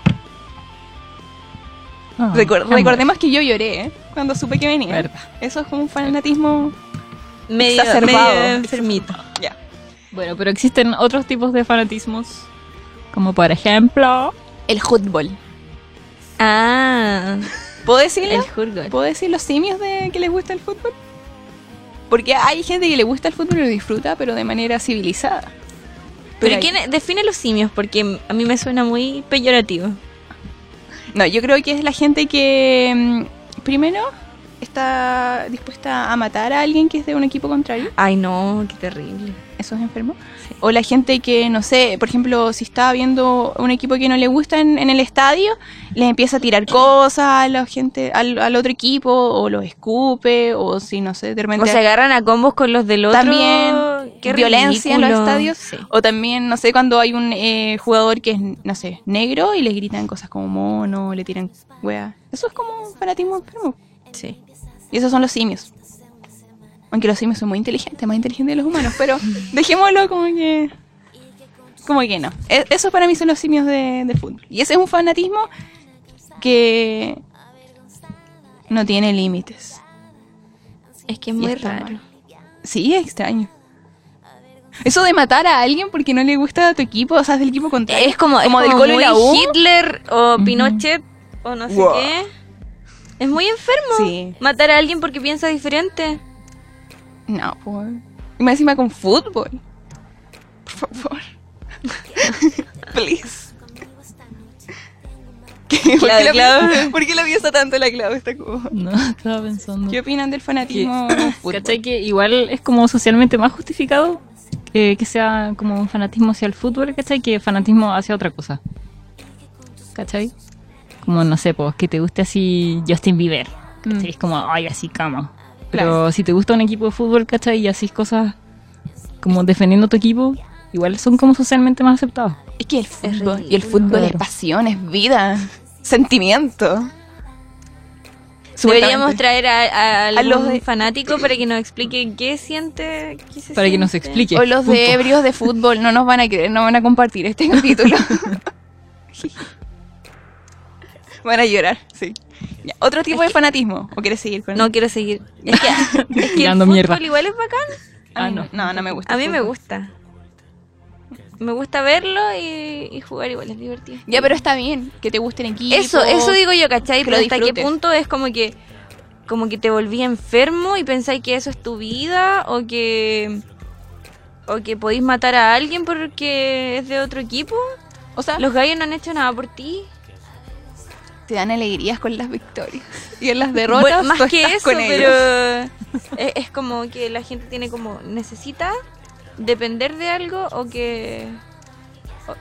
Speaker 1: Ah,
Speaker 2: Recor-
Speaker 1: amor.
Speaker 2: recordemos que yo lloré ¿eh? cuando supe que venía.
Speaker 1: Verdad.
Speaker 2: Eso es como un fanatismo.
Speaker 3: Medio,
Speaker 2: Exacerbado.
Speaker 3: medio enfermito.
Speaker 1: Bueno, pero existen otros tipos de fanatismos, como por ejemplo...
Speaker 2: El fútbol.
Speaker 3: Ah,
Speaker 2: ¿Puedo decirlo?
Speaker 3: el jurgol.
Speaker 2: ¿Puedo decir los simios de que les gusta el fútbol? Porque hay gente que le gusta el fútbol y lo disfruta, pero de manera civilizada.
Speaker 3: Pero
Speaker 2: hay-
Speaker 3: ¿quién define los simios? Porque a mí me suena muy peyorativo.
Speaker 2: No, yo creo que es la gente que. mm, Primero, está dispuesta a matar a alguien que es de un equipo contrario.
Speaker 3: Ay, no, qué terrible.
Speaker 2: Eso es enfermo. O la gente que, no sé, por ejemplo, si está viendo un equipo que no le gusta en, en el estadio, les empieza a tirar cosas a la gente, al, al otro equipo, o los escupe, o si, no sé, de repente...
Speaker 3: O se agarran a combos con los del otro.
Speaker 2: También
Speaker 3: Qué
Speaker 2: violencia en los
Speaker 3: ridículo.
Speaker 2: estadios.
Speaker 3: Sí.
Speaker 2: O también, no sé, cuando hay un eh, jugador que es, no sé, negro y le gritan cosas como mono, le tiran wea. Eso es como un fanatismo enfermo.
Speaker 3: Sí.
Speaker 2: Y esos son los simios. Aunque los simios son muy inteligentes, más inteligentes de los humanos, pero dejémoslo como que. Como que no. E- esos para mí son los simios de, del fútbol. Y ese es un fanatismo que. No tiene límites.
Speaker 3: Es que es
Speaker 2: Y
Speaker 3: muy
Speaker 2: está
Speaker 3: raro.
Speaker 2: mal. Sí, es extraño. Eso de matar a alguien porque no le gusta a tu equipo, o sea, es del equipo contrario.
Speaker 3: Es como, es
Speaker 2: Como del
Speaker 3: como
Speaker 2: Colo y
Speaker 3: muy
Speaker 2: la U.
Speaker 3: Hitler o Pinochet o no sé qué. Es muy enfermo
Speaker 2: Sí.
Speaker 3: matar a alguien porque piensa diferente.
Speaker 2: No, por. Y más encima con fútbol. Por favor. Please. ¿Qué? ¿Por,
Speaker 3: La
Speaker 2: qué la
Speaker 3: Clau.
Speaker 2: piensa- por qué la piensa tanto la Clau? Está como-
Speaker 1: No, estaba pensando.
Speaker 2: ¿Qué opinan del fanatismo con fútbol?
Speaker 1: ¿Cachai? Que igual es como socialmente más justificado eh, que sea como un fanatismo hacia el fútbol, ¿cachai? Que fanatismo hacia otra cosa. ¿Cachai? Como, no sé, pues que te guste así Justin Bieber. ¿cachai? Es como, ay, así cama. Pero
Speaker 2: Mm. Claro.
Speaker 1: si te gusta un equipo de fútbol, ¿cachai? Y haces cosas como defendiendo tu equipo, igual son como socialmente más aceptados.
Speaker 2: Es que el fútbol, y el
Speaker 3: ridículo.
Speaker 2: fútbol es
Speaker 1: Claro.
Speaker 2: pasión, es vida, sentimiento.
Speaker 3: Deberíamos
Speaker 2: Supuestamente.
Speaker 3: traer a, a algún
Speaker 2: los de-
Speaker 3: fanático para que nos explique qué siente. qué se
Speaker 1: Para que nos
Speaker 3: siente.
Speaker 1: explique.
Speaker 2: O los
Speaker 1: punto.
Speaker 2: de ebrios de fútbol no nos van a creer, no van a compartir este capítulo. van a llorar, sí. Ya, Otro tipo de fanatismo. ¿O quieres seguir con
Speaker 3: No quiero seguir. Es que, es que el
Speaker 1: Tirando
Speaker 3: fútbol
Speaker 1: mierda.
Speaker 3: igual es bacán.
Speaker 2: A
Speaker 1: Ah,
Speaker 2: mí
Speaker 1: no.
Speaker 2: No, no me gusta.
Speaker 3: A
Speaker 2: el
Speaker 3: mí me
Speaker 2: fútbol.
Speaker 3: gusta. Me gusta verlo y, y jugar igual es divertido.
Speaker 2: Ya, pero está bien que te gusten equipos.
Speaker 3: Eso, eso digo yo, ¿cachai?
Speaker 2: que
Speaker 3: Pero
Speaker 2: lo
Speaker 3: hasta qué
Speaker 2: disfrutes.
Speaker 3: punto es como que como que te volví enfermo y pensáis que eso es tu vida o que o que podéis matar a alguien porque es de otro equipo.
Speaker 2: O sea,
Speaker 3: Los gallos no han hecho nada por ti.
Speaker 2: te dan alegrías con las victorias. Y en las derrotas,
Speaker 3: Bueno,
Speaker 2: tú
Speaker 3: más que
Speaker 2: estás
Speaker 3: eso,
Speaker 2: con
Speaker 3: pero
Speaker 2: ellos.
Speaker 3: es, es como que la gente tiene como necesita depender de algo o que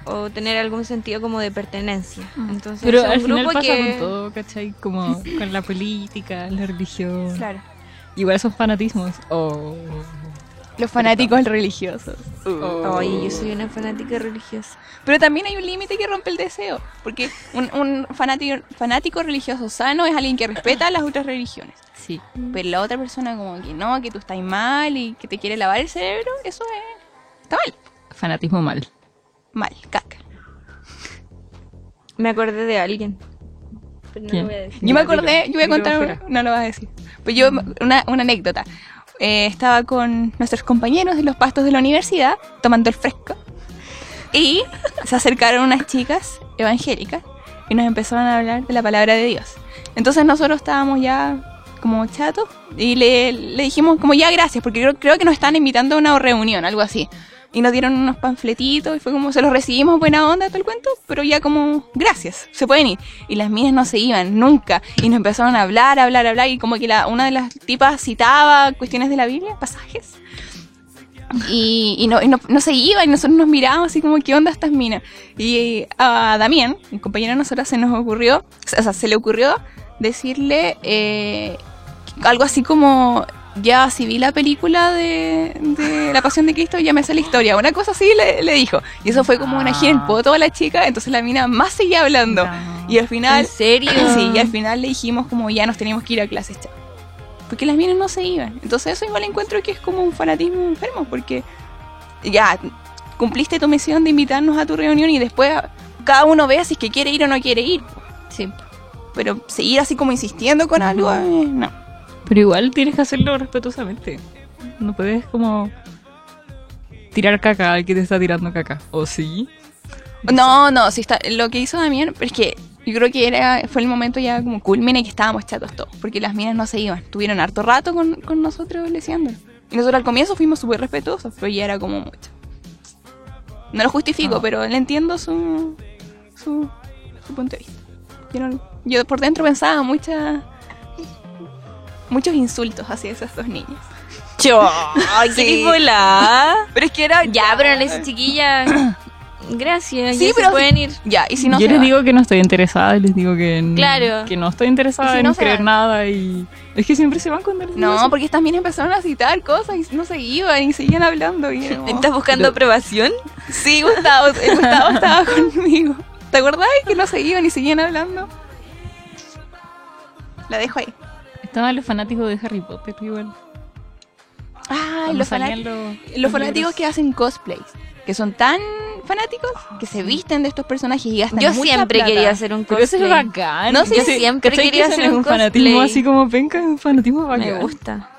Speaker 3: o, o tener algún sentido como de pertenencia.
Speaker 2: Mm.
Speaker 3: Entonces,
Speaker 1: Pero
Speaker 3: es un
Speaker 1: al final
Speaker 3: grupo
Speaker 1: pasa
Speaker 3: que
Speaker 1: con todo, ¿cachai? Como con la política, la religión.
Speaker 3: Claro.
Speaker 1: Igual son fanatismos. O
Speaker 2: Los fanáticos religiosos.
Speaker 3: Ay, yo soy una fanática religiosa.
Speaker 2: Pero también hay un límite que rompe el deseo, porque un, un fanático, fanático religioso sano es alguien que respeta las otras religiones.
Speaker 1: Sí.
Speaker 2: Pero la otra persona como que no, que tú estás mal y que te quiere lavar el cerebro, eso es... Está mal.
Speaker 1: Fanatismo mal.
Speaker 2: Mal, caca.
Speaker 3: Me acordé de alguien. Pero no
Speaker 1: ¿Quién?
Speaker 3: lo voy a decir.
Speaker 2: Yo me acordé, yo voy a
Speaker 3: Dilo
Speaker 2: contar,
Speaker 3: afuera.
Speaker 2: una- no lo vas a decir, pero yo, una, una anécdota. Eh, estaba con nuestros compañeros de los pastos de la universidad tomando el fresco y se acercaron unas chicas evangélicas y nos empezaron a hablar de la palabra de Dios. Entonces nosotros estábamos ya como chatos y le, le dijimos como ya gracias porque creo, creo que nos están invitando a una reunión, algo así. Y nos dieron unos panfletitos y fue como se los recibimos buena onda todo el cuento, pero ya como gracias, se pueden ir. Y las minas no se iban nunca y nos empezaron a hablar, a hablar, a hablar y como que la, una de las tipas citaba cuestiones de la Biblia, pasajes. Y, y no, y no, no se iba y nosotros nos mirábamos así como, ¿qué onda estas minas? Y a Damián, un compañero de nosotras, se nos ocurrió, o sea, se le ocurrió decirle eh, algo así como, ya si vi la película de, de La Pasión de Cristo, ya me sé la historia. Una cosa así le, le dijo. Y eso fue como una gira
Speaker 3: Ah.
Speaker 2: en poto a la chica, entonces la mina más seguía hablando. Y al final...
Speaker 3: ¿En serio?
Speaker 2: Sí, y al final le dijimos como ya nos teníamos que ir a clases, chao. Porque las minas no se iban. Entonces eso igual encuentro que es como un fanatismo enfermo, porque ya cumpliste tu misión de invitarnos a tu reunión y después cada uno vea si es que quiere ir o no quiere ir.
Speaker 3: Sí.
Speaker 2: Pero seguir así como insistiendo con algo, eh, no.
Speaker 1: Pero igual tienes que hacerlo respetuosamente. No puedes como tirar caca al que te está tirando caca. ¿O sí?
Speaker 2: No, no, sí está, lo que hizo Damián, pero es que yo creo que era, fue el momento ya como culmine que estábamos chatos todos, porque las minas no se iban, tuvieron harto rato con, con nosotros leseándonos. Y nosotros al comienzo fuimos súper respetuosos, pero ya era como mucho. No lo justifico,
Speaker 1: No.
Speaker 2: pero le entiendo su, su, su punto de vista. Yo, no- yo por dentro pensaba mucha... muchos insultos hacia esas dos niñas.
Speaker 3: Yo, ay,
Speaker 5: Sí.
Speaker 3: qué volar.
Speaker 5: Pero es que era.
Speaker 3: Ya, pero no le dice chiquilla. Gracias,
Speaker 5: Sí,
Speaker 3: ya se
Speaker 5: pero-
Speaker 3: pueden ir.
Speaker 5: Ya, y si no
Speaker 1: Yo
Speaker 5: se
Speaker 1: les
Speaker 5: va?
Speaker 1: digo que no estoy interesada, y les digo que, n-
Speaker 3: Claro.
Speaker 1: que no estoy interesada
Speaker 2: Y si
Speaker 1: en
Speaker 2: no se
Speaker 1: creer
Speaker 2: van.
Speaker 1: nada y es que siempre se van cuando les digo
Speaker 2: No,
Speaker 1: eso.
Speaker 2: porque estas minas empezaron a citar cosas y no se iban y seguían hablando. Y era como-
Speaker 3: ¿Estás buscando aprobación?
Speaker 2: Sí, Gustavo, eh, Gustavo estaba conmigo. ¿Te acordás que no se iban y seguían hablando? La dejo ahí.
Speaker 1: Estaban los fanáticos de Harry Potter igual.
Speaker 2: Ah,
Speaker 1: cuando
Speaker 2: los,
Speaker 1: salían
Speaker 2: fanat-
Speaker 1: los-
Speaker 2: los
Speaker 1: los
Speaker 2: fanáticos
Speaker 1: libros.
Speaker 2: que hacen cosplays, que son tan fanáticos que se visten de estos personajes y gastan
Speaker 3: Ah, Yo
Speaker 2: mucha
Speaker 3: siempre
Speaker 2: plata.
Speaker 3: quería hacer un
Speaker 1: Pero eso es
Speaker 3: cosplay.
Speaker 1: bacán.
Speaker 3: No sé,
Speaker 1: Yo
Speaker 3: yo siempre
Speaker 1: ¿cachai que
Speaker 3: quería
Speaker 1: ese
Speaker 3: hacer
Speaker 1: no es
Speaker 3: un
Speaker 1: un fanatismo
Speaker 3: cosplay.
Speaker 1: así como penca, es un fanatismo bacán.
Speaker 3: Me gusta.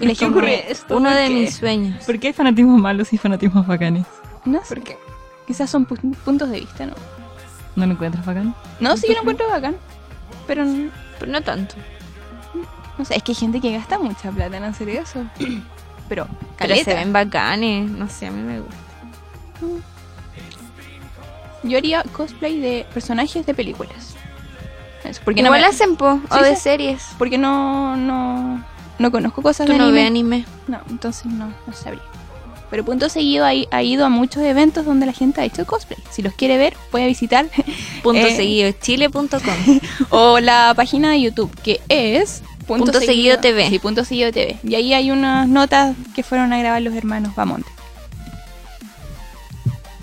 Speaker 2: Y les
Speaker 1: ¿Qué
Speaker 2: compré
Speaker 1: ocurre
Speaker 2: esto
Speaker 3: Uno de
Speaker 2: porque-
Speaker 3: mis sueños.
Speaker 1: ¿Por qué hay fanatismos malos y fanatismos bacanes?
Speaker 2: No sé. Quizás son pu- puntos de vista, ¿no?
Speaker 1: ¿No lo encuentras bacán?
Speaker 2: No, sí, yo lo encuentro bacán. Pero no,
Speaker 3: Pero no tanto.
Speaker 2: no sé, es que hay gente que gasta mucha plata en hacer eso. Pero,
Speaker 3: Pero se
Speaker 2: caleta.
Speaker 3: ven bacanes. No sé, a mí me gusta.
Speaker 2: Yo haría cosplay de personajes de películas. Eso, porque no
Speaker 3: Igual
Speaker 2: me-
Speaker 3: hacen po, o
Speaker 2: Sí,
Speaker 3: de
Speaker 2: sí.
Speaker 3: series.
Speaker 2: porque no, no, no conozco cosas
Speaker 3: Tú
Speaker 2: de
Speaker 3: no
Speaker 2: anime.
Speaker 3: ve anime.
Speaker 2: No, entonces no, no sabría. Pero punto seguido ha, ha ido a muchos eventos donde la gente ha hecho cosplay. Si los quiere ver, puede visitar
Speaker 3: Punto
Speaker 2: Eh.
Speaker 3: seguido, chile.com.
Speaker 2: o la página de YouTube que es
Speaker 3: Punto Seguido TV.
Speaker 2: Sí, punto seguido TV. Y ahí hay unas notas que fueron a grabar los hermanos Bamonte.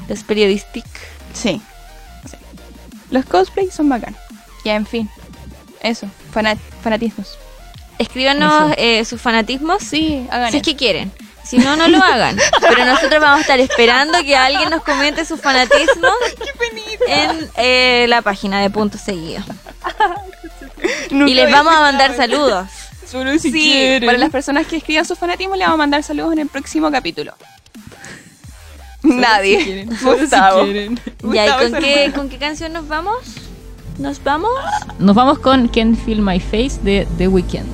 Speaker 3: Los periodistic.
Speaker 2: Sí. Sí. Los cosplays son bacán. Ya, en fin. Eso, fanat- fanatismos.
Speaker 3: Escríbanos
Speaker 1: Eso.
Speaker 3: eh, sus fanatismos.
Speaker 2: Sí, hagan
Speaker 3: Si es que quieren. Si no, no lo hagan. Pero nosotros vamos a estar esperando que alguien nos comente su fanatismo en eh, la página de Punto Seguido. Y les vamos a mandar saludos.
Speaker 1: Solo
Speaker 2: Sí, para las personas que escriban sus fanatismos le vamos a mandar saludos en el próximo capítulo. Nadie. Gustavo.
Speaker 3: Ya, ¿y
Speaker 2: Gustavo
Speaker 3: con
Speaker 2: es
Speaker 3: qué,
Speaker 2: hermano.
Speaker 3: con qué canción nos vamos? ¿Nos vamos?
Speaker 1: Nos vamos con Can't Feel My Face de The Weeknd.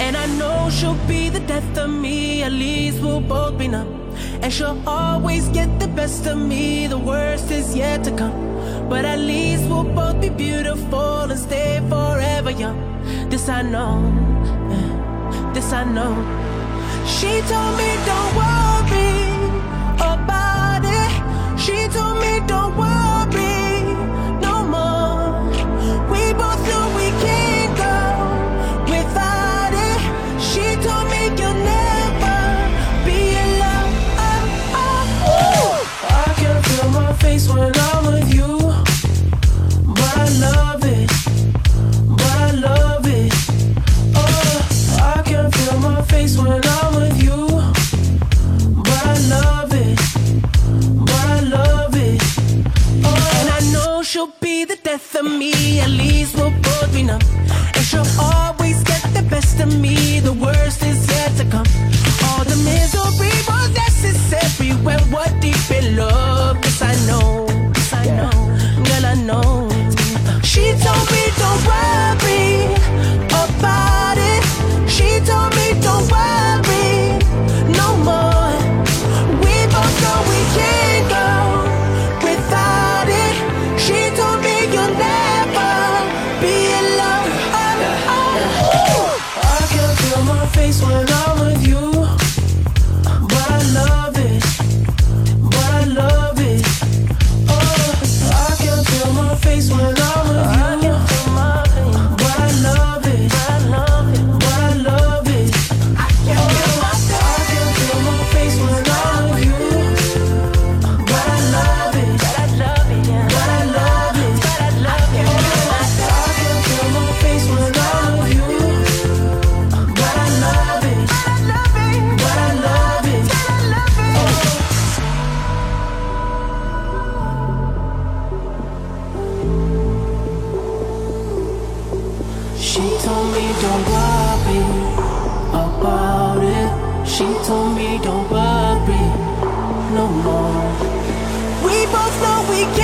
Speaker 4: And I know she'll be the death of me, at least we'll both be numb. And she'll always get the best of me, the worst is yet to come. But at least we'll both be beautiful and stay forever young. This I know, eh, this I know. She told me don't worry about it. She told me don't worry no more. We both know we can't go without it. She told me you'll never be alone. I can feel my face when I'm with you. But I love it. But I love it. Oh, I can feel my face when I'm with you. But I love it. But I love it. Oh, and I know she'll be the death of me. At least we'll both be numb. And she'll always get the best of me. The worst is yet to come. All the misery was necessary. When we're deep in love, this I know. This I know. Girl, I know. She told me don't worry about it. She told me don't worry no more. We both know we can't go without it. She told me you'll never be alone. Oh, I can feel my face when I'm with you, but I love it. But I love it. Oh, I can feel my face when I'm with you. But I love it. But I love it. I can feel my face when I'm with you. But I love it. But I love it. I can feel my face when I'm with you. But I love it. But I love it. She told me don't worry about it. She told me don't worry no more. We both know we can't.